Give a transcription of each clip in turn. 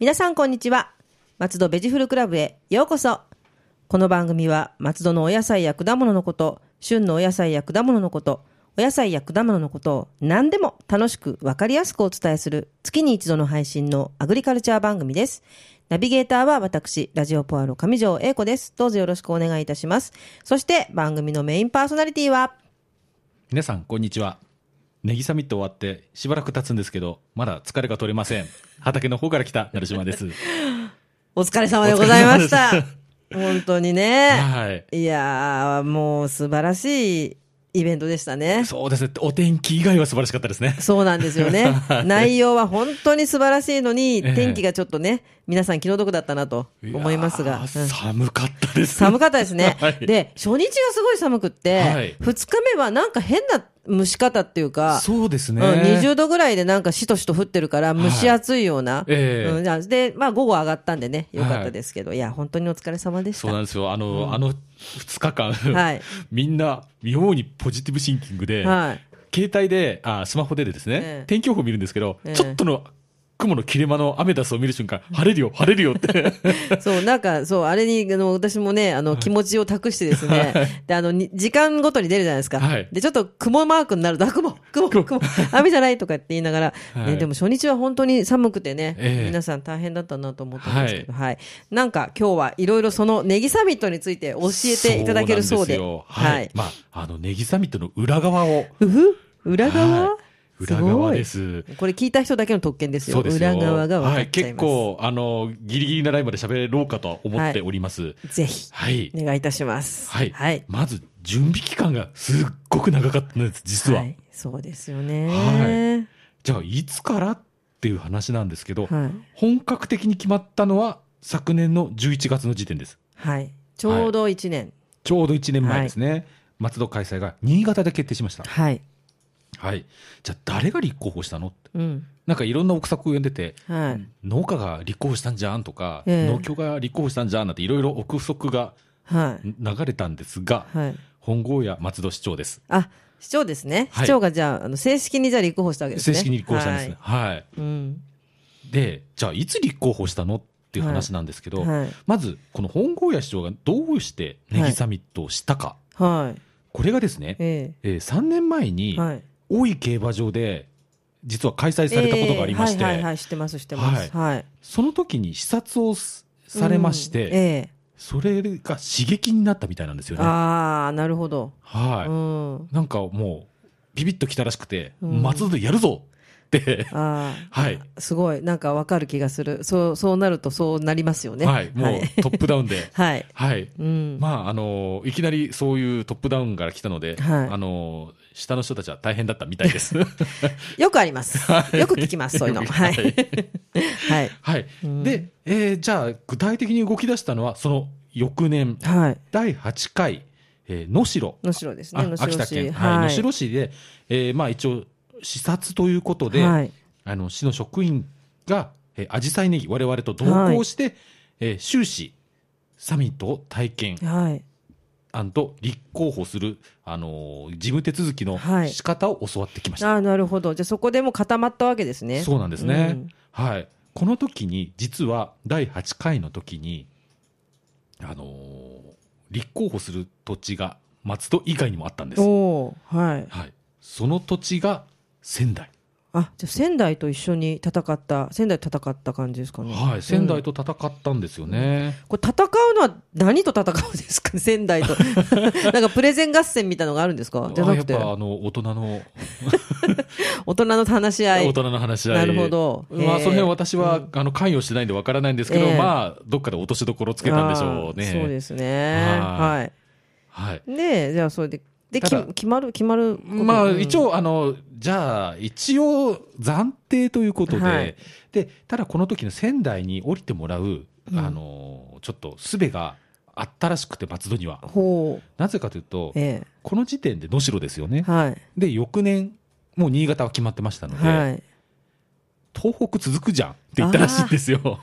皆さんこんにちは松戸ベジフルクラブへようこそこの番組は松戸のお野菜や果物のこと旬のお野菜や果物のことお野菜や果物のことを何でも楽しく分かりやすくお伝えする月に一度の配信のアグリカルチャー番組ですナビゲーターは私ラジオポアロ上条英子ですどうぞよろしくお願いいたしますそして番組のメインパーソナリティは皆さんこんにちはネギサミット終わってしばらく経つんですけどまだ疲れが取れません畑の方から来た成島 ですお疲れ様でございました。本当にね。はいいやー、もう素晴らしいイベントでしたね。そうですねお天気以外は素晴らしかったですねそうなんですよ ね。内容は本当に素晴らしいのに、ええ天気がちょっとね、皆さん気の毒だったなと 思いますが。やーうん寒かったです。寒かったですね はいで、初日がすごい寒くって、はい2日目はなんか変な蒸し方っていうか、そうですね、うん、20度ぐらいでなんかしとしと降ってるから蒸し暑いような、ええうんじゃあで、まあ、午後上がったんでねよかったですけど、い、や本当にお疲れ様でしそうたなんですよあの、あの2日間、 はいみんな妙にポジティブシンキングで、はい携帯であスマホでですね、ええ天気予報見るんですけど、ええちょっとの雲の切れ間のアメダスを見る瞬間晴れるよ晴れるよって そうなんかそうあれにあの私もねあの気持ちを託してですね、 であのに時間ごとに出るじゃないですか、はいでちょっと雲マークになるとあ雲雲雲 雨じゃないとかって言いながら、はいね、でも初日は本当に寒くてね、ええ皆さん大変だったなと思ったんですけど、はいなんか今日はいろいろそのネギサミットについて教えていただけるそうでなんすよはい、はいまああのネギサミットの裏側をうふ裏側、はい裏側ですすごいこれ聞いた人だけの特権ですよ。そうですよ裏側が分はかいっちゃい結ます。構あのギリギリなラインまで喋ろうかと思っておりますぜひ、はい、お願いいたします。はいはい。まず準備期間がすっごく長かったんです実は、いそうですよね。はじゃあいつからっていう話なんですけど、はい。本格的に決まったのは昨年の11月の時点ですはい。ちょうど1年。ちょうど1年前ですね、松戸開催が新潟で決定しましたはい。はいじゃあ誰が立候補したのってうん。なんかいろんな憶測を呼んでてはい。農家が立候補したんじゃんとか、ええ農協が立候補したんじゃんなんていろいろ憶測がはい。流れたんですが、はい。本郷や松戸市長ですあ、市長ですね。はい市長がじゃあ、あの正式にじゃあ立候補したわけです正ね。式に立候補したんですね。はい、はい。うん。でじゃあいつ立候補したのっていう話なんですけど、はい。まずこの本郷谷市長がどうしてネギサミットをしたか、はい。これがですね、ええー、3年前えにはい。大井競馬場で実は開催されたことがありまして、ええはいはいはい。知ってます、知ってます。はい。その時に視察をすされまして、うんえそれが刺激になったみたいなんですえよね。ああ、なるほど。はい、うん。なんかもうビビッときたらしくて、うん松戸でやるぞって、ああ。はい、すごい、なんかわかる気がする。そう、そうなるとそうなりますよね。はい、もうはい。、トップダウンではいはい、うん。まああのいきなりそういうトップダウンから来たので、はいあの下の人たちは大変だったみた いです。よくあります。はいよく聞きます、そういうの。よくはい。はい はい。はい、うんで、えーじゃあ具体的に動き出したのはその翌年はい。第8回、えー能代能代ですあね、能代秋市。田県、はい能代市で、えーまあ、一応視察ということで、はい。あの市の職員が、えー、アジサイネギ我々と同行して、えー終始サミットを体験はい。と立候補する、あのー事務手続きのはい仕方を教わってきました、ああ、なるほど。じゃあそこでもう固まったわけですね。そうなんですね、はい、この時に実は第8回の時に、あのー立候補する土地が松戸以外にもあったんですお、おーはい。はい、その土地が仙台あ、じゃあ仙台と一緒に戦った、仙台と戦った感じですかね。はい、仙う台んと戦ったんですよね。これ戦うのは何と戦うんですか 仙台と。なんかプレゼン合戦みたいなのがあるんですかじゃなくてあ、やっぱあの大人の大人の話し合い。大人の話し合いなるほどまへあ、えその辺私は、あの関与してないんでわからないんですけど、ええまあどっかで落としどころつけたんでしょうねあーそうですね。ははい。はいで、じゃあそれで、で、きただ決まる、決まること。まあうん一、応あのじゃあ一応暫定ということで,、はいでただこの時の仙台に降りてもらう、うんあのちょっと術があったらしくて松戸にはほう、なぜかというとえこの時点で能代ですよえ、ねはい、で翌年もう新潟は決まってましたので、はい。東北続くじゃんって言ったらしいんですよ。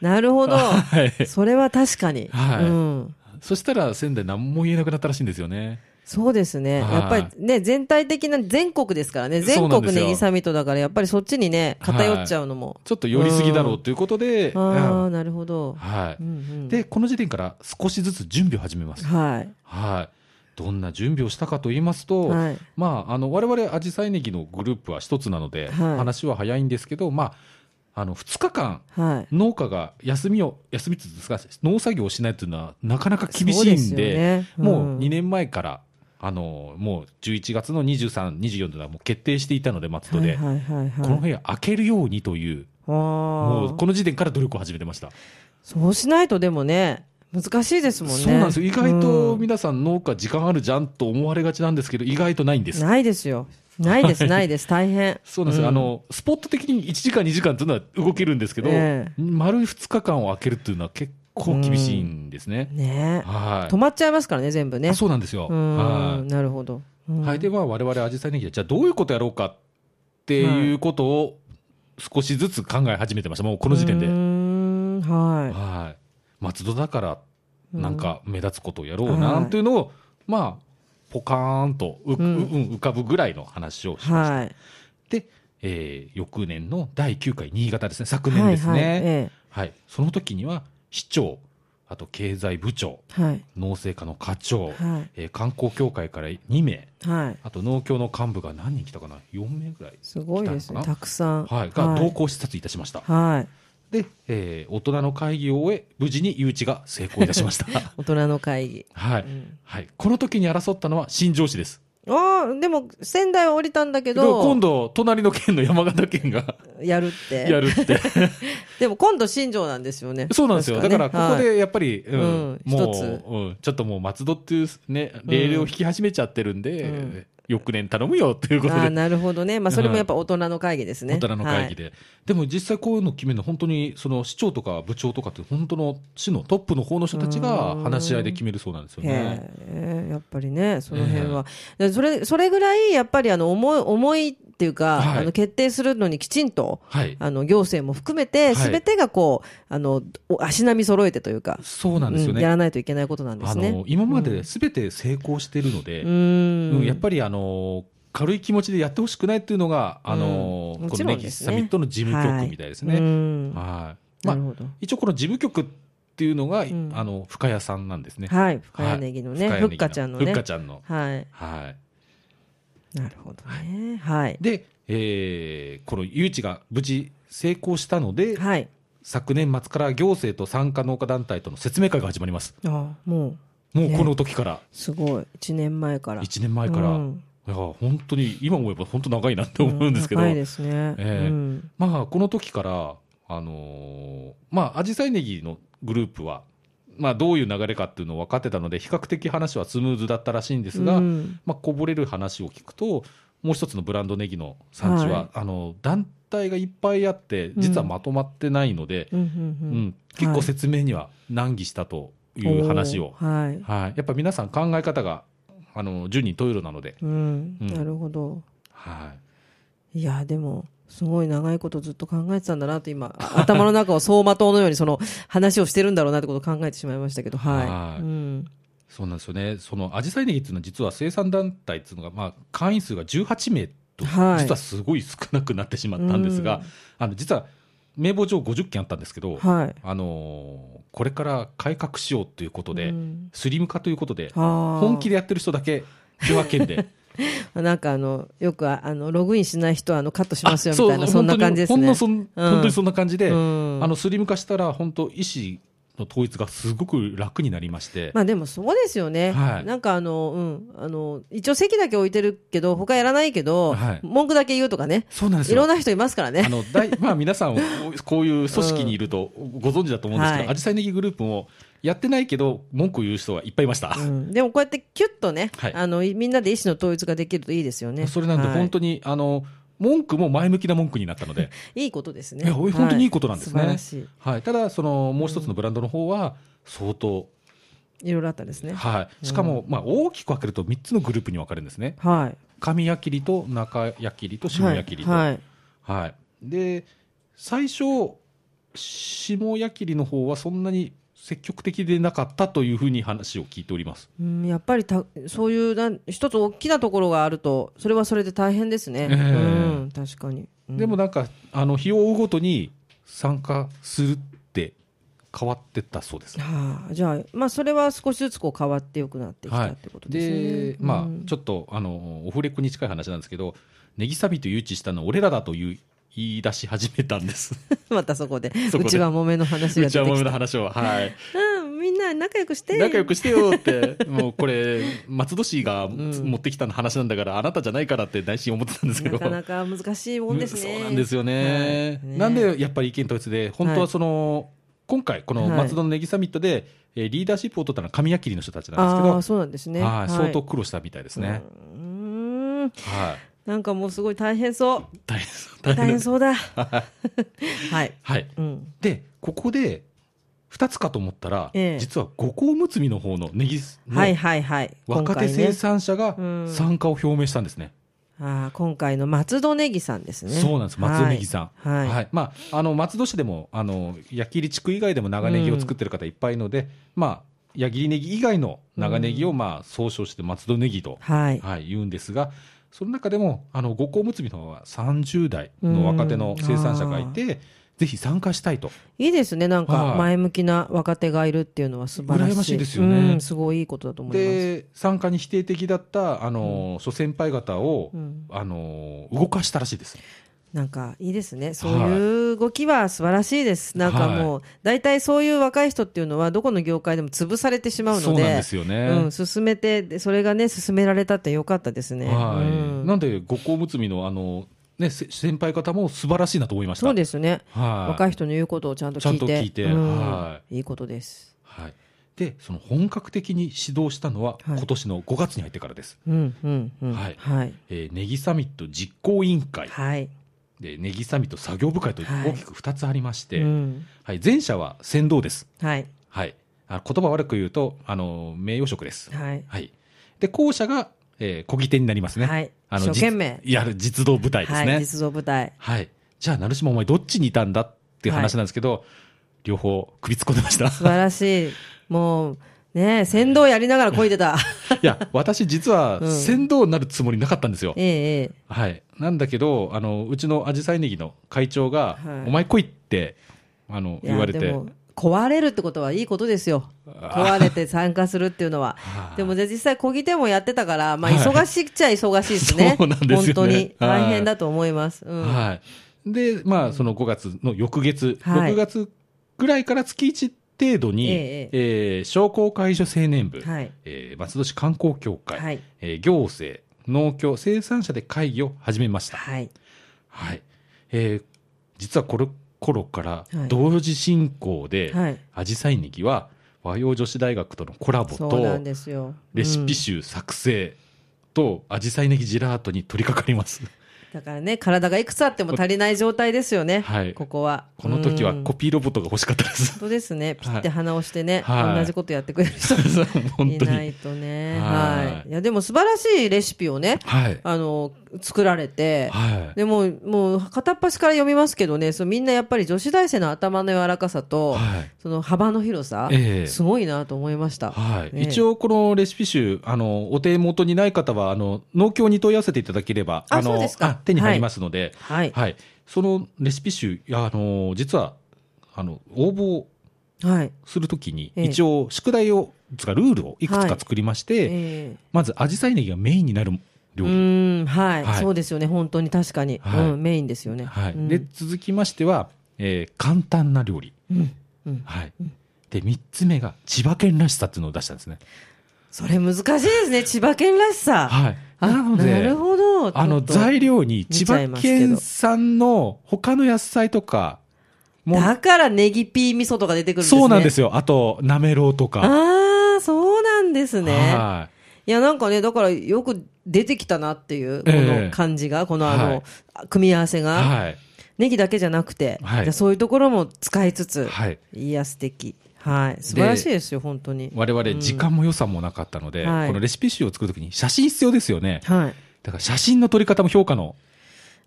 なるほど。 はいそれは確かに。はいうん。そしたら仙台何も言えなくなったらしいんですよね。そうですね。はいやっぱりね、全体的な、全国ですからね。そう全なん国ですよネギサミットだから、やっぱりそっちにね、偏っちゃうのも。ちょっと寄りすぎだろうということで、あうあ、んなるほど。はうんうんい、でこの時点から少しずつ準備を始めます、はい。はい、どんな準備をしたかと言いますと、はい。まあ、あの我々アジサイネギのグループは一つなので、はい話は早いんですけど、まあ、あの2日間はい。農家が休みを休みつつですか農作業をしないというのはなかなか厳しいんそでうすよねもう2ん年前からあのもう11月の23、24というのはもう決定していたので松戸で、はいはいはいはい。この部屋開けるようにというもあうあこ。の時点から努力を始めてました、そうしないとでもね、難しいですもんね。そうなんですよ意外とうん皆さん農家時間あるじゃんと思われがちなんですけど意外とないんです。ないですよ。ないです、ないです。大変。そうなんですよ、んあのスポット的に1時間2時間というのは動けるんですけど、え丸2日間を開けるというのは結構厳しいんですね。ねえはい止まっちゃいますからね、全部ね。あそうなんですよ。うんはなるほど。うんい。はい。では、我々アジサイネギで、じゃあどういうことやろうかっていうことを少しずつ考え始めてました。もうこの時点で。うーんははい。松戸だから、うんなんか目立つことをやろうなんていうのを、まあ、ポカーンとう、ううんうん浮かぶぐらいの話をい。しました。はい。で、えー翌年の第9回新潟ですね。昨年ですはね。はいい、はいえその時には、市長、あと経済部長、えはい。農政課の課長、はい。えー観光協会から2名、はい。あと農協の幹部が何人来たかな、4名ぐらい、すごいですね。来たたのくさん。はい、が同行視察いたしました。はい。で、えー大人の会議を終え、無事に誘致が成功いたしました。大人の会議。はうい、んはい、この時に争ったのは新庄市です。ああ、でも、仙台は降りたんだけけど今ど、度、隣の県の山形県がやるって。や るって、でも今度新庄なんですよね。そうなんですよ、だ確かねらここはいでやっぱり、うんうんも一つう、うん、ちょっともう松戸っていう、ね、レールを引き始めちゃってるんで、うん翌年頼むよということああ、で、なるほどね。まあ、それもやっぱ大人の会議ですね。大人の会議で。で、でも実際こういうのを決めるの本当にその市長とか部長とかって本当の市のトップの方の人たちが話し合いで決めるそうなんですよね。へえやっぱりね、その辺は。でそれ、それぐらい、やっぱり、あの、重い、重いっていうか、はいあの、決定するのにきちんと、はい、あの、行政も含めはいて、すべてがこう、あの、お足並み揃えてというか、そうなんですようんやね。らないといけないことなんであすね。の今まで全て成功しているので、ううんん。やっぱりあの軽い気持ちでやってほしくないっていうのがあの、うんもこちのろネんギですサねミットの事務局みたいですうね。んはい。なまるあほど。一応この事務局っていうのが、んあの深谷さんなんですね。はい。深谷ネギのね、深ふ谷ネギっかちゃんのねふっ。かちゃんの。はい。はい。なるほどね。はい。で、えーこの誘致が無事成功したので、はい。昨年末から行政と参加農家団体との説明会が始まります。ああ、もう、もうこの時から、すごい。1年前から。 1年前から、うんいや本当に今思えば本当長いなって思うんですけど、高いですね。ええうんまあこの時から、あのーまあアジサイネギのグループは、まあどういう流れかっていうのを分かってたので、比較的話はスムーズだったらしいんですが、うんまあ、こぼれる話を聞くと、もう一つのブランドネギの産地は、はいあの団体がいっぱいあって、ん実はまとまってないので、うんうんううんん結は構い説明には難儀したという話を、おーはい。はいやっぱ皆さん、考え方があの十人十色なので、うん。うんなるほど。はいや、でも、すごい長いことずっと考えてたんだなと今、あ頭の中を走馬灯のようにその話をしてるんだろうなってことを考えてしまいましたけど、ははいい。うん。い、そうなんですよね、そのアジサイネギっていうのは、実は生産団体っていうのが、まあ、会員数が18名と、はい実はすごい少なくなってしまったんですが、うんあの実は名簿上50件あったんですけど、はい。あのーこれから改革しようということで、うんスリム化ということで、本本気でやってる人だけ、千葉 県で、なんかあの、よくああの、ログインしない人はあの、カットしますよあみたいな、そんな感じですほんね。のそん本当にそんな感じで、うんあのスリム化したら、本当、医師の統一がすごく楽になりまして、まあでもそうですよね、はいなんかあの、うん、あの一応席だけ置いてるけど他やらないけど、はい文句だけ言うとかね そうなんですいろんよ。な人いますからねあの大まあ、皆さん、こうこういう組織にいるとご存知だと思うんですけど、はいアジサイネギグループもやってないけど、文句を言う人がいっぱいいました。うん、でもこうやってキュッとね、はいあのみんなで意思の統一ができるといいですよねそれなんで、はい本当に、あの文句も前向きな文句になったので、いいことですねいやおい本当にいいことなんですねはい素晴らしはい、ただそのもう一つのブランドの方は相当、いいろいろあったですねはい、しかも、まあ、大きく分けると3つのグループに分かれるんですねはい上矢切と中矢切と下矢切と、はいはいはいで最初下矢切の方はそんなに積極的でなかったというふうに話を聞いております。うん、やっぱりたそういうなん一つ大きなところがあるとそれはそれで大変ですね、ええうん確かに、うんでもなんか、あの、日を追うごとに参加するって変わってったそうですね。はあ、じゃあ,、まあそれは少しずつこう変わってよくなってきたってことですね、でまあ、うん ちょっとあのオフレコに近い話なんですけどネギサビと誘致したのは俺らだという言い出し始めたんですまたそこでそこでうちはもめの話が出うちはてもきめたの話をはいうん、みんな仲良くして仲良くして よってもうこれ松戸市がん持ってきたの話なんだから、あなたじゃないからって内心思ってたんですけどなかなか難しいもんですねそうなんですよね,、はいねなんでやっぱり意見統一で本当はその、今回この松戸のネギサミットで、えーリーダーシップを取ったのは神谷切りの人たちなんああーですそうなんですけねど、はい相当苦労したみたいですね、うーんはいなんかもうすごい大変そう 大変そう大大変変そうそうだはい、はいうん、でここで2つかと思ったら、ええ実は五香むつみの方のネギスのはいはいはい若手今回生ね産者がうん参加を表明したんですね。ああ今回の松戸ネギさんですねそうなんです松戸ネギさん、はい、はいまあ、あの松戸市でもあの矢切地区以外でも長ネギを作ってる方いっぱいいるので、まあ、矢切ネギ以外の長ネギを、まあ、総称して松戸ネギと、はいはい、言うんですがその中でもあの五香むつみの方は30代の若手の生産者がいて、ぜひ参加したいと。いいですねなんはかい前向きな若手がいるっていうのは素晴らしい羨ましいですよねうん、すごいいいことだと思いますで参加に否定的だったあの、諸先輩方を、うんあの動かしたらしいです。なんかいいですねそういう動きは素晴らしいです、なんかもう大体そういう若い人っていうのはどこの業界でも潰されてしまうのでそうなんですよね。うん、進めてでそれがね進められたってよかったですね、はい、うんなんで五香むつみのあのねせ先輩方も素晴らしいなと思いました。そうですねはい。若い人の言うことをちゃんと聞いてちゃんと聞いてうん、はいいことです、はい。でその本格的に指導したのは、はい今年の5月に入ってからです。うんうんうん、はいはい、えー、ネギサミット実行委員会、はいでネギサミット作業部会とはい大きく2つありまして、うはいん前者は先導です。はいはい。あ言葉悪く言うとあの名誉職です。はいはい。で、後者が、えー、小木手になりますね。はいあの一生懸命実やる実動部隊ですね。は、はいい。実像舞台じゃあ、成島お前どっちにいたんだっていう話なんですけど、両方首突っ込んでました。素晴らしいもうね先導やりながらこいで たいや、私実はうん先導になるつもりなかったんですよ。えええはい。なんだけど、あの、うちのアジサイネギの会長が、はいお前来いって、あの、え言われいやでて。も壊れるってことはいいことですよ壊れて参加するっていうのははいでもね実際小ぎ手もやってたから、まあ、はい忙しいっちゃ忙しいですね、 そうなんですよね本当にはい大変だと思います、うんはい。で、まあ、その5月の翌月、はい6月ぐらいから月1程度に、えええー商工会所青年部、はいえー松戸市観光協会、はいえー行政、農協、生産者で会議を始めました。はいはい。えー実はこの頃からはい同時進行で、はいアジサイネギは和洋女子大学とのコラボそうなとん、ですよレシピうん集作成と、アジサイネギジェラートに取り掛かります。だからね体がいくつあっても足りない状態ですよね、はいここはこの時はうんコピーロボットが欲しかったです。本当ですねピッては鼻をしてね、はい同じことやってくれる人本い当なに。いとねはいはいいやでも素晴らしいレシピをねはい。あの作られて、はい。でももう片っ端から読みますけどねそうみんなやっぱり女子大生の頭の柔らかさと、はい。その幅の広さ、ええすごいなと思いました、はいね一応このレシピ集、あの、お手元にない方は、あの、農協に問い合わせていただければ、あのそうですか手に入りますので、はいはい、そのレシピ集、いやあの、実は、あの、応募はい、するときに、ええ一応、宿題を、つかルールをいくつか作りまして、えまず、アジサイネギがメインになるえ料う理。ーんはい、はいそうですよね本当に確かに、はいうん、メインですよねはいうんで、続きましては、えー簡単な料理。うんうんはい。で、三つ目が、千葉県らしさっていうのを出したんですね。それ難しいですね千葉県らしさはい。あなので、なるほどあのちょっと材料に見千ちゃい葉ますけど県産の他の野菜とかもだからネギピー味噌とか出てくるんですねそうなんですよよあとなめろうとかああそうなんですねはいやなんかねだからよく出てきたなっていうこええの感じがこのあの、はい組み合わせいが、はいネギだけじゃなくて、はいじゃあそういうところも使いつつ、はいい、や素敵はい素晴らしいですよ本当に我々時間も予算もなかったので、はいこのレシピ集を作るときに写真必要ですよねはいだから写真の撮り方も評価の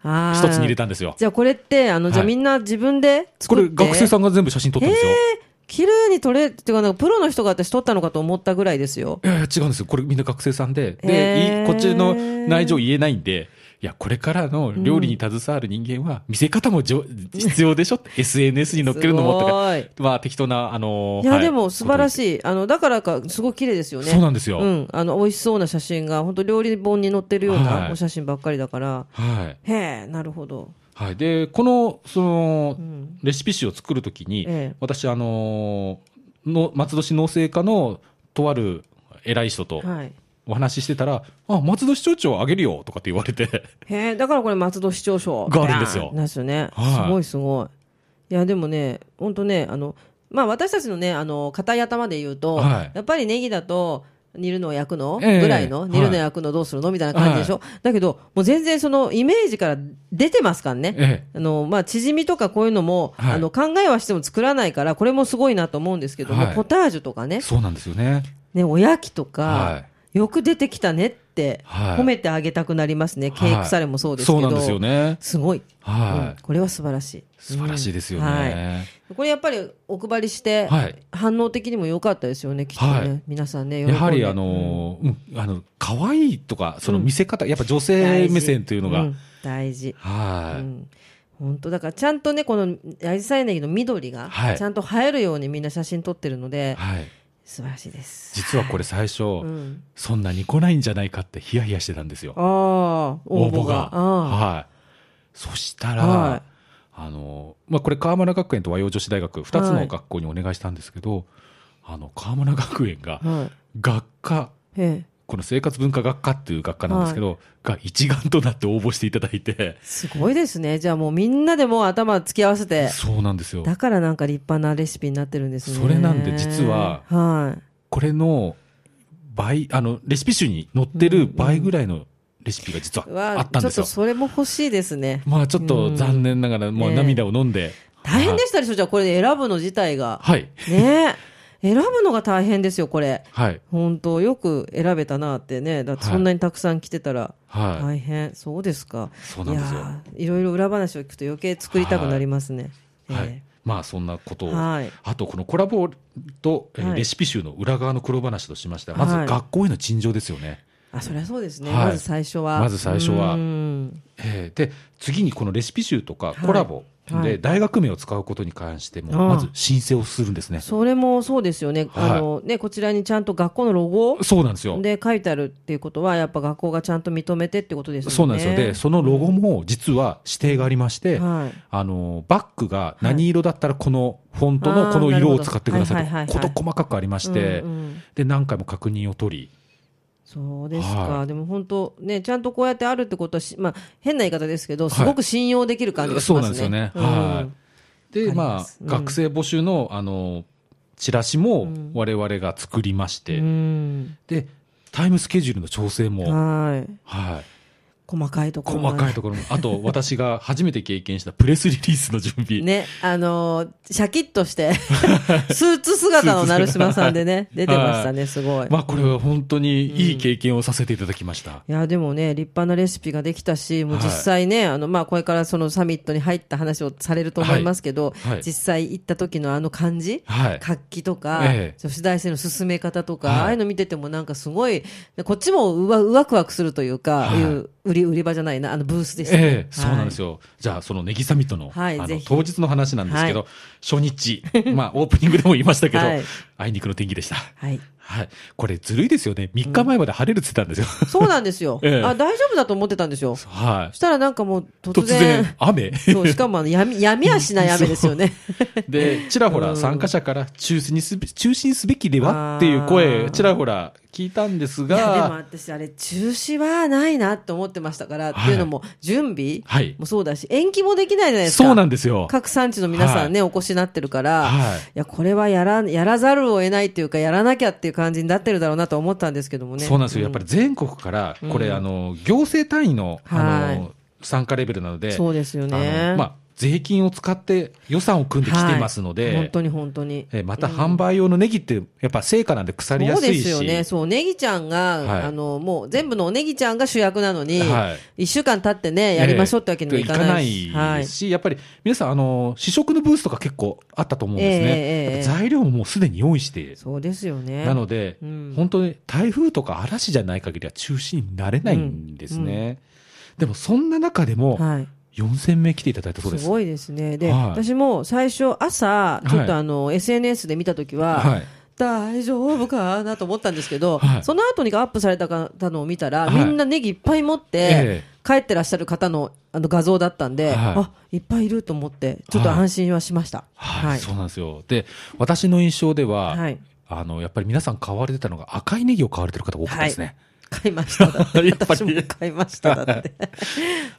あー一つに入れたんですよじゃあこれってあのじゃあはみいんな自分でこ作っれて、学生さんが全部写真撮ったんですよ綺麗に取れっていうか、なんかプロの人が私取ったのかと思ったぐらいですよ。いやいや違うんですよ。これみんな学生さんで。へーで、いこっちの内情言えないんで、いや、これからの料理に携わる人間は、見せ方もじょ必要でしょって SNS に載っけるのもすとか、ごい。まあ適当な、あのーいや、はいでも素晴らこしい。あの、だからか、すごい綺麗ですよとね。そうなんですよ。うん、あの美味しそうな写真が本当料理本に載ってるようはないお写真ばっかりだから、はい。へえなるほど、はい。で、この、そのう、ん、レシピ集を作るときに、え私、あのーの、松戸市農政課のとある偉い人とえはいお話ししてたら、あ、松戸市長長あげるよとかって言われて、へえだからこれ松戸市長賞があるんですよビャーンなんですよね、はいすごいすごいいやでもね本当ねあのまあ私たちのねあの硬い頭で言うと、はいやっぱりネギだと煮るの焼くの、ええぐらいの煮るの焼くのどうするのみたいな感じでしょ、だけどもう全然そのイメージから出てますからね、 ええあのまあ、縮みとかこういうのも、はいあの考えはしても作らないからこれもすごいなと思うんですけども、はいポタージュとかねそうなんですよね。ねおやきとか、はい。よく出てきたねってはい褒めてあげたくなりますね、はいケークサレもそうですけど、そうなんですよね。すごい、はうんこれは素晴らしいい。素晴らしいですよね。うんはいこれやっぱりお配りして、はい反応的にも良かったですよねきっとね、はい皆さんね喜んでやはりあのー、うん、あの、可愛いとか、その見せ方、やっぱ女性目線というのが、ん大事はうい。ん本当だからちゃんとねこの紫陽花ネギの緑がはいちゃんと映えるようにみんな写真撮ってるので、はい。素晴らしいです。実はこれ最初、うん、そんなに来ないんじゃないかってヒヤヒヤしてたんですよ。ああ応募が。あはい。そしたら、はいあの、まあ、これ川村学園と和洋女子大学、二つはのい学校にお願いしたんですけど、あの、川村学園があ、はい学科、ええ、この生活文化学科っていう学科なんですけど、が一丸となって応募していただいて、すごいですね。じゃあもうみんなでもう頭突き合わせて。そうなんですよ。だからなんか立派なレシピになってるんですね。それなんで実ははこれの倍、あの、レシピ集に載ってる倍ぐらいのレシピが実い。はあっちょたっんですとよ。それも欲しいですね。まあちょっと残念ながら、もうね涙を飲んで。大変でしたでしょ、じゃあこれで選ぶの自体 が。はい。ねえ。選ぶのが大変ですよ、これ。はい。本当よく選べたなってね。だってそんなにたくさん来てたらはい。大変。そうですか。そうなんですよ。いやーいろいろ裏話を聞くと余計作りたくなりますね。はい。まあそんなことえをー。はい。あとこのコラボと、えーはいレシピ集の裏側の黒話としましてはまはいず学校への陳情ですよね、あ、そりゃそうですね。はいまず最初は。まず最初はうんえーで次にこのレシピ集とかはいコラボはでい大学名を使うことに関してもああまず申請をするんですね、それもそうですよね。はいあの、ね、こちらにちゃんと学校のロゴそうなんですよで書いてあるっていうことは、やっぱ学校がちゃんと認めてってことですよね。そうなんですよでそのロゴも実は指定がありまして、はい。あのバックが何色だったらこのフォントのこの色を使ってくださはいいああなるとほどはいはいはいはい事細かくありまして、うんうんで何回も確認を取りそうですはか。でも本当、ね、ちゃんとこうやってあるってことはし、まあ、変な言い方ですけど、すごく信用できる感じがしそうまなすんね。ですよね。うんはわい。で、かりままあす、うん学生募集の、あの、チラシも我々が作りまして、うんで、タイムスケジュールの調整も、はい。はい。細かいところま細で。かいところも、あと、私が初めて経験したプレスリリースの準備。ね、あのーシャキッと して、スーツ姿の成島さんでね、出てましたね、すごい。まあ、これは本当にいい経験をさせていただきました。いや、でもね、立派なレシピができたし、もう実際ね、あの、まあ、これからそのサミットに入った話をされると思いますけど、はいはい実際行った時のあの感じ、はい。活気とか、ええ女子大生の進め方とか、はいああいうの見ててもなんかすごい、こっちもうわ、うわくわくするというか、はいいう売り、売り場じゃないな、あの、ブースでしたね。ええ、そうなんですよ。よ。じゃあ、そのネギサミットの、はあいのぜひ当日の話なんですけど、初日、まあ、オープニングでも言いましたけどはい、あいにくの天気でした。はい。はい。これずるいですよね。3日前まで晴れるって言ってたんですよ。。そうなんですよ ええあ、大丈夫だと思ってたんですよ。そはしたらなんかもうい。 突突然、然、雨。そう、しかもあの、闇、闇やしない雨ですよ ね。 で、ちらほら参加者から中止にすべ、中止にすべきではっていう声、ちらほら聞いたんですいやでもが、私あれ中止はないなと思ってましたから、はいっていうのも準備はい。もそうだし延期もできないじゃないですかそうなんですよ。各産地の皆さんね、お越しになってるから、い、はやこれはやらやらざるを得ないっていうかやらなきゃっていう感じになってるだろうなと思ったんですけどもい。ねそうなんですよ。やっぱり全国から、これ、あの、行政単位の、あはの、参加レベルなので、そうですよあね。のまあ、税金を使って予算を組んできていますのはいで、本当に本当に。えーまた販売用のネギって、やっぱ成果なんで腐りやそうすでいし、すよね。そう、ネギちゃんが、はいあの、もう全部のおネギちゃんが主役なのに、はい一週間経ってね、やりましょうってわけにもいかないえし。えかないし、やっぱり皆さん、あの試食のブースとか結構あったと思うんですね、ええやっぱ材料ももうすでに用意して、そうですよね。なので、うん本当に台風とか嵐じゃない限りは中止になれないんですね。でもそんな中でもはい。 4000名来ていただいたそうです。すごいですね。で、はい私も最初朝、ちょっとはいあの、SNS で見たときは、はい、大丈夫かなと思ったんですけど、はいその後にアップされた方のを見たら、はいみんなネギいっぱい持って、ええ帰ってらっしゃる方のあの画像だったんで、はいあいっぱいいると思って、ちょっと安心はしました。はいはい。そうなんですよ。で、私の印象では、はいあの、やっぱり皆さん買われてたのが赤いネギを買われてる方が多かったですね。買いましただって。 やっぱり私も買いましただって。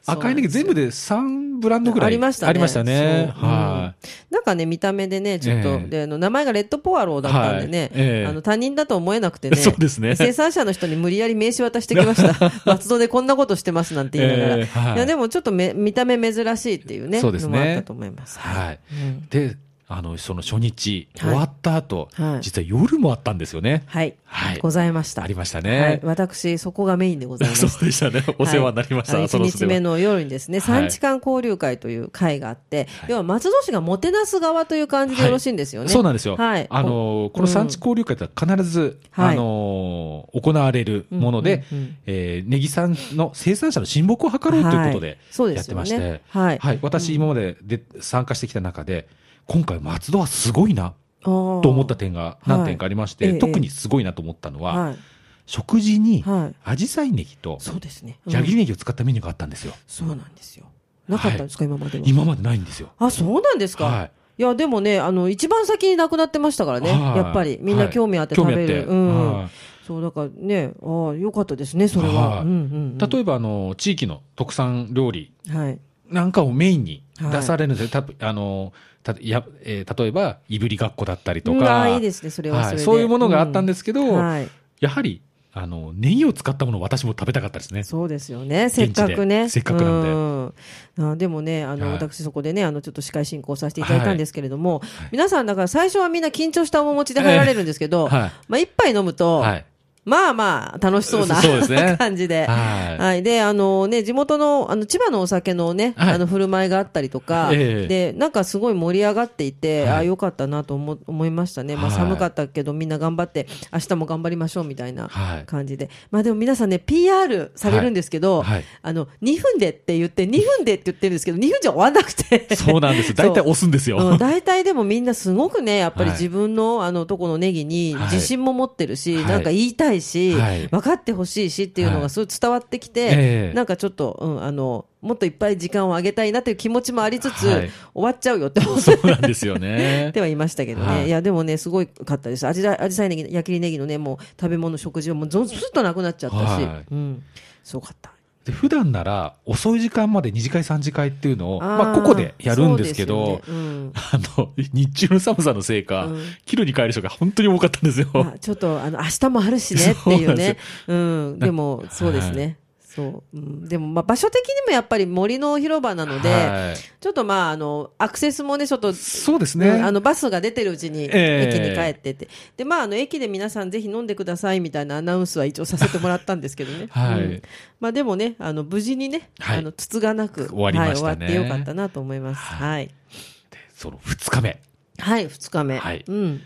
赤いネギ全部で3ブランドぐらいありましたねありましたね。そううんはなんかね、見た目でね、ちょっと、ええであの名前がレッドポアローだったんでね、はいええあの他人だと思えなくてね、 そうですね生産者の人に無理やり名刺渡してきま した、松戸でこんなことしてますなんて言いながら、ええはいいやでもちょっとめ見た目珍しいっていうね、そうですねのもあったと思います。い。はい。うんで、あの、その初日、はい終わった後、はい実は夜もあったんですよね。はい、はいございました。ありましたはいね。私、そこがメインでございます。 そうでしたね。お世話になりました。はい、そ1のそ日れ目はの夜にですね、はい産地間交流会という会があって、はい要は松戸市がもてなす側という感じでよろしいんですよね。そうなんですよ。はいあのこの産地交流会では必ず、はいあの行われるもので、うんうんうんえーネギさんの生産者の親睦を図ろうということはでいそう、でやっすてよねまして、はい私今までで参加してきた中で、今回松戸はすごいなとと思った点が何点かありまして、はいええ特にすごいなと思ったのは、はい、食事にはい紫陽花ネギとそうですね。うん矢切ネギを使ったメニューがあったんですよ。そうなんですよ。なかったんですか、今までは。今までないんですよ。あ、そうなんですか。はいいやでもねあの一番先になくなってましたからね、はいやっぱりみんな興味あってはい食べる、興味あってうん、はいそうだからねああよかったですねそれは、はいうんうんうん、例えばあの地域の特産料理はいなんかをメインにはい出されるんですよ、たぶあのたやえー例えばいぶりがっこだったりとうんあか、あいいですねそれはそはれい、で、そういうものがあったんですけど、うんはい、やはりあのネギを使ったものを私も食べたかったですね。そうですよね。現地せでっかくね。せっかくなんでうんあでもね、あの、はい私そこでね、あの、ちょっと司会進行させていただいたんですけれども、皆さんだから最初はみんな緊張した面持ちで入られるんですけど、ええはいまあ一杯飲むと、はい、まあまあ楽しそうなそうですね 感じで。はいで、あのね、地元の、あの、千葉のお酒のね、はいあの、振る舞いがあったりとか、ええで、なんかすごい盛り上がっていて、はいああ、よかったなと思、思いましたね。まあ、はい寒かったけど、みんな頑張って、明日も頑張りましょうみたいなはい感じで。まあ、でも皆さんね、PR されるんですけど、はいはいあの、2分でって言って、2分でって言ってるんですけど、2分じゃ終わんなくて。そうな んです。大体押すんですよ。うん、大体でもみんなすごくね、やっぱりはい自分の、あの、とこのネギにはい自信も持ってるし、はいなんか言いたいし、はい分かってほしいしっていうのはいがすごい伝わってきて、ええなんかちょっと、うん、あの、もっといっぱい時間をあげたいなという気持ちもありつつ、はい終わっちゃうよって思っ そうなんですよねて。はいましたけどね。はいい、や、でもね、すごかったです。あじさ、あじさいネギ、矢切ネギのね、もう食べ物、食事はもうゾンスッとなくなっちゃったし、はうん、すごかった。で普段なら遅い時間まで二次会三次会っていうのをーまあ、ここでやるんですけどそうですよねうん あの日中の寒さのせいか、うん帰路に帰る人が本当に多かったんですよ。まあちょっとあの明日もあるしねってい そうなうんでね。うん、でもそうですね。そう、うん、でもまあ場所的にもやっぱり森の広場なので、はいちょっとまああのアクセスもねちょっと。そうですね。うんあのバスが出てるうちに駅ええに帰ってて、でまああの駅で皆さんぜひ飲んでくださいみたいなアナウンスは一応させてもらったんですけどね。はいうんまあでもねあの無事にね、はいあのつつがなく終わりましたねはい、終わってよかったなと思います。はいその2日目、はい二日目、はいうん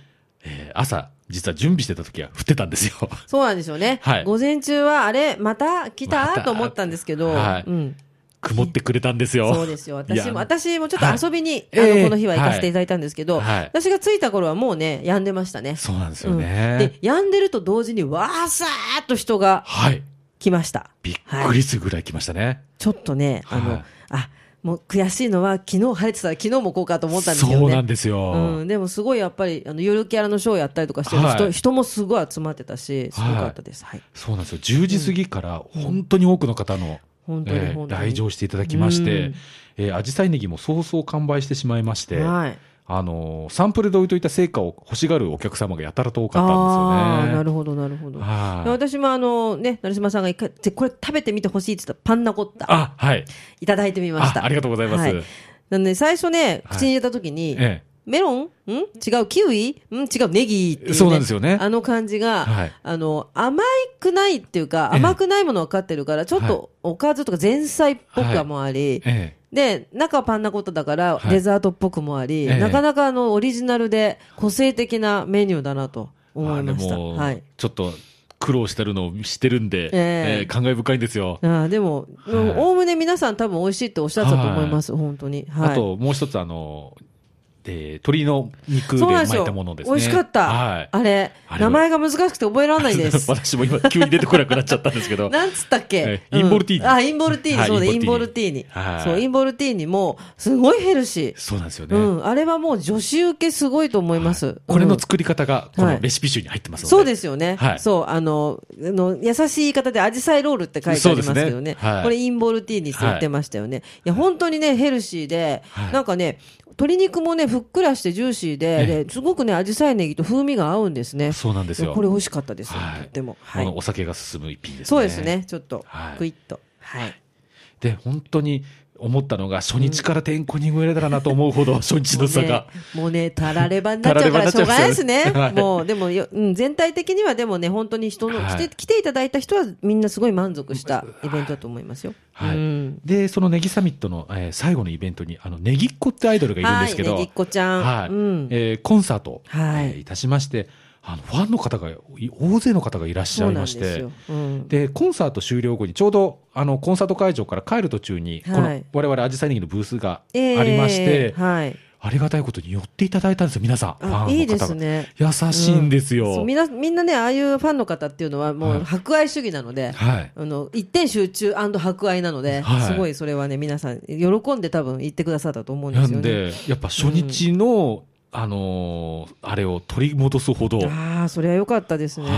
えー朝、実は準備してた時は降ってたんで すよ。そうなんですよね。はい午前中は、あれ、また来た、またと思ったんですけど、はいうん、曇ってくれたんですよ。そうですよ。いや私も、私もちょっと遊びに、はいあえの、えこの日は行かせていただいたんですけど、はい私が着いた頃はもうね、病んでましたね。そうなんですようんねで。、病んでると同時に、わーさーっと人がはい。来ました。びっはくいりするぐらい来ましたね。ちょっとね、あの、はいあ、もう悔しいのは、昨日晴れてたら昨日もこうかと思ったんですけそどうなんね。ですよ。うん、でもすごいやっぱりあのゆるキャラのショーやったりとかしてる人,、はい人もすごい集まってたしすごかったです、はい、そうなんですよ。10時過ぎから本当に多くの方の、本当にえー本当に来場していただきましうてん、えー、アジサイネギもそうそう完売してしまいまして、はいあのーサンプルで置いといた成果を欲しがるお客様がやたらと多かったんあですあ、よね。なるほど、なるほど。はい私もあのね、成島さんが一回、ぜこれ食べてみてほしいって言ったパンナコッタ、あ、はい。いただいてみましあた。ありがとうございます。はいなので、最初ね、はい口に入れた時に、えメロンん違う、キウイん違う、ネギっていう、ね。そうなんですよねあの感じが、はいあの、甘くないっていうか、ええ甘くないもの分かってるから、ちょっとおかずとか前菜っぽくもあり、ええで、中パンナコッタだからはいデザートっぽくもあり、ええなかなかあの、オリジナルで個性的なメニューだなとえ思いました。あでも、はい。ちょっと苦労してるのを知ってるんで、ええええ感慨深いんですよ。あーでも、はいうんおおむね皆さん多分美味しいっておっしゃってたと思います、本当に。はい。あともう一つあの、えー鶏の肉でそうなんです巻いよ。たものですね。美味しかった。はい。あれ、あれ名は前が難しくて覚えられないで す。私も今急に出てこなくなっちゃったんですけど。 なんつったっけ、えインボルティーニうんあ、インボルティーニ、はいそうね、イインンボボルルテティーニ。はいそう、インボルティーニも、すごいヘルシー。そうなんですよね。うん、あれはもう女子受けすごいと思います。はいこれうのん作り方がこはいのレシピ集に入ってますので。そうですよね。はいそう、あの、あの優しい言い方で、アジサイロールって書いてありますけそどうね。ですねはいこれ、インボルティーニって言ってましたよね。い、や、本当にね、ヘルシーで、はいなんかね、鶏肉もね、ふっくらしてジューシーで、ですごくね、アジサイネギと風味が合うんですね。そうなんですよ。これ、美味しかったです、はいとっても。はこいの。お酒が進む一品ですね。そうです。ね、ちょっとは、いクイッと。はい。で、本当に思ったのが、初日からてんこに植えれたらなと思 うほど、初日の差が。もうねもうね、たらればになっちゃうからしょうがないですね。たらればになっちゃいまもすよねはいう、でもよ、うん、全体的にはでもね、本当に人の、はい来て、来ていただいた人はみんなすごい満足したイベントだと思いますよ。はいうん。で、そのネギサミットの、えー最後のイベントに、あの、ネギっ子ってアイドルがいるんですけど、はいネギっ子ちゃんはいうんえーコンサートを、はいえーいたしまして、あの、ファンの方が、い大勢の方がいらっしゃいましそうなんですてよ、うんでコンサート終了後にちょうどあのコンサート会場から帰る途中に、はいこの我々アジサイネギのブースがあええりまして、はい。ありがたいことに寄っていただいたんですよ皆さんファンのあ方、がいいですね。優しいんですよ、そうみんな、みんなね、ああいうファンの方っていうのはもはうい博愛主義なので、はいあの一点集中博愛なので、はいすごいそれはね、皆さん、喜んで多分言ってくださったと思うんでなすよんね。でやっぱ初日の、あのーあれを取り戻すほど、はいああ、それは良かったですね。いで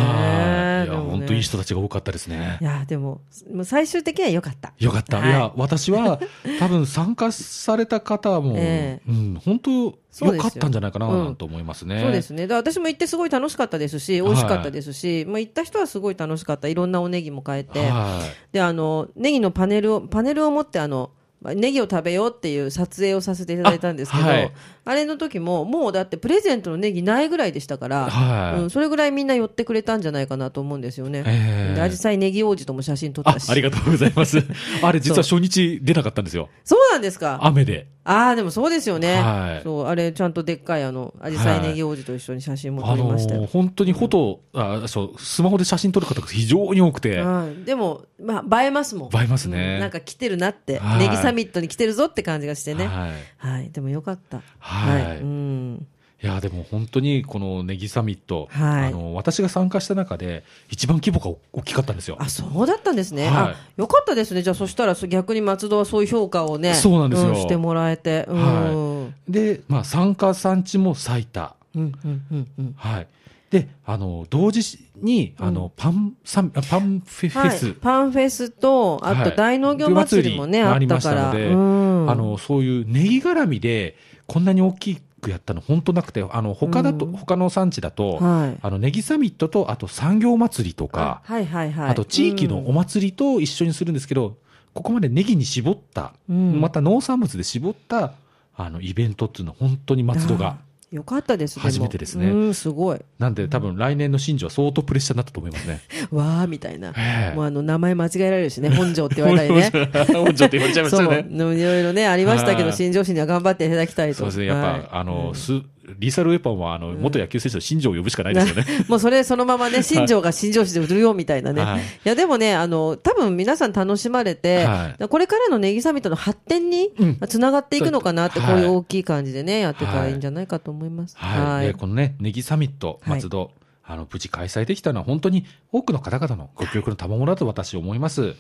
やもね本当いい人たちが多かったですねいやでももう最終的には良かった。よかった、はいい、や 私は多分参加された方も、えうん、本当そうですよよかったんじゃないかなと思いますね、そうですね。だから私も行ってすごい楽しかったですし、美味しかったですし、まあ行った人はすごい楽しかった。いろんなおネギも買えて、はいであのネギのパネルをパネルを持ってあのまあネギを食べようっていう撮影をさせていただいたんですけど、あ,、あはいれの時ももうだってプレゼントのネギないぐらいでしたから、はいうん、それぐらいみんな寄ってくれたんじゃないかなと思うんですよね。ええでアジサイネギ王子とも写真撮っあたし、ありがとうござい ます。あれ、実は初日出なかったんですよ。そうなんですか。雨で。ああ、でもそうですよね。はいそう、あれ、ちゃんとでっかい、あの、アジサイネギ王子と一緒に写真も撮ありのましたーよ。本当にフォト、あそう、スマホで写真撮る方が非常に多くて、はいでも、まあ、映えますもん。映えますねうんなんか来てるなって、はいネギサミットに来てるぞって感じがしてね。はい。はい。でもよかった。はいうん。いや、でも本当にこのネギサミット、はいあの私が参加した中で、一番規模が大きかったんですよ。あ、そうだったんですね。はいあ、よかったですね。じゃあ、そしたら、そ逆に松戸はそういう評価をね。そうなんですよしてもらえて。うん。はで、まあ、参加産地も最多。うん、うん、うん、うん。はい。で、あの、同時に、あの、パンサミ、あパンフェフェはス、い、パンフェスと、あと大農業祭りもね、はいあったから。ありましたのでうんあのそういうネギ絡みでこんなに大きくやったの本当なくてあの他だと、うん他の産地だと、はい。あのネギサミットとあと産業祭りとかあはいはいはあ,、い、と地域のお祭りと一緒にするんですけど、ここまでネギに絞った、うんまた農産物で絞ったあのイベントっていうのは本当に松戸が。うんよかったですも初めてですねうんすごいなんで多分来年の新庄は相当プレッシャーになったと思いますね。わーみたいなええもうあの名前間違えられるしね本庄って言われたりね 本庄って言われちゃいましそたうね。いろいろねありましたけどはい新庄市には頑張っていただきたいとそうですね。やっぱ、はいあの、すリーサルウェポンはあの元野球選手の新庄を呼ぶしかないですよね。もうそれそのままね、新庄が新庄市で売るよみたいなね。はいい、や、でもね、あの、多分皆さん楽しまれて、はこれからのネギサミットの発展にうんつながっていくのかなって、はいこういう大きい感じでね、やってたらいいんじゃないかと思います。はい、はいでこのね、ネギサミットはい松戸、あの無事開催できたのは本当に多くの方々のご協力の賜物だと私思います。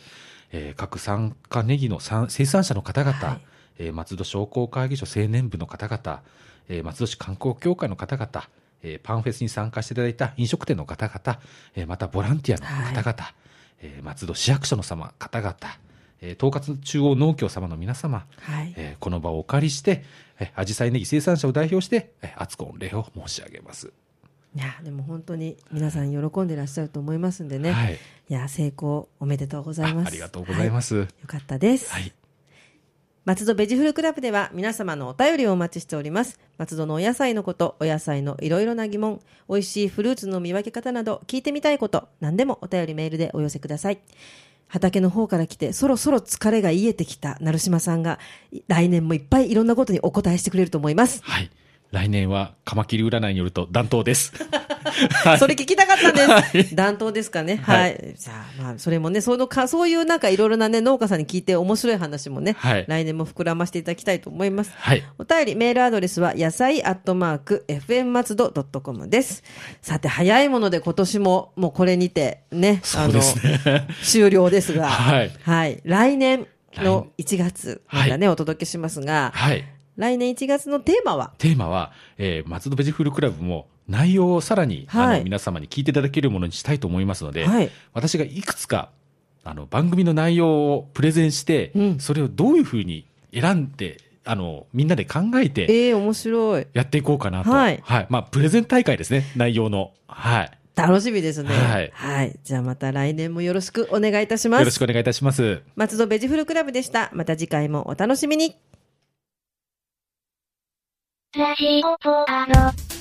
えー各参加ネギの産生産者の方々、はいえー松戸商工会議所青年部の方々、えー松戸市観光協会の方々、えーパンフェスに参加していただいた飲食店の方々、えーまたボランティアの方々、えー松戸市役所の様方々、えー統括中央農協様の皆様、はい。えーこの場をお借りして、えー、アジサイネギ生産者を代表して、えー、厚く御礼を申し上げます。いや、でも本当に皆さん喜んでらっしゃると思いますんでね。はい。いや、成功おめでとうございあます。ありがとうございはます。よかったです。はい。松戸ベジフルクラブでは皆様のお便りをお待ちしております。松戸のお野菜のこと、お野菜のいろいろな疑問、美味しいフルーツの見分け方など、聞いてみたいこと、何でもお便りメールでお寄せください。畑の方から来て、そろそろ疲れが癒えてきた成島さんが、い来年もいっぱいいろんなことにお答えしてくれると思います。はい。来年はカマキリ占いによると暖冬 です。はいそれ聞きたかったんです。暖冬ですかね。は。はいじゃあ、まあ、それもね、そのか、そういうなんかいろいろなね、農家さんに聞いて面白い話もね、はい来年も膨らましていただきたいと思います。はい。お便り、メールアドレスは、野菜アットマーク、fm 松戸 .com です。さて、早いもので今年も、もうこれにて、ね、そうですね。終了ですが、はい来年の1月、まだね、お届けしますが、はい。来年1月のテーマは、テーマは、えー、松戸ベジフルクラブも内容をさらに、はあいの皆様に聞いていただけるものにしたいと思いますので、はい私がいくつかあの番組の内容をプレゼンして、うんそれをどういうふうに選んであのみんなで考えてええ面白い。やっていこうかなと、はいまあ、プレゼン大会ですね内容の、はい、楽しみですね。はいじゃあまた来年もよろしくお願いいたします。よろしくお願いいたします。松戸ベジフルクラブでした。また次回もお楽しみに。ラジオポアド。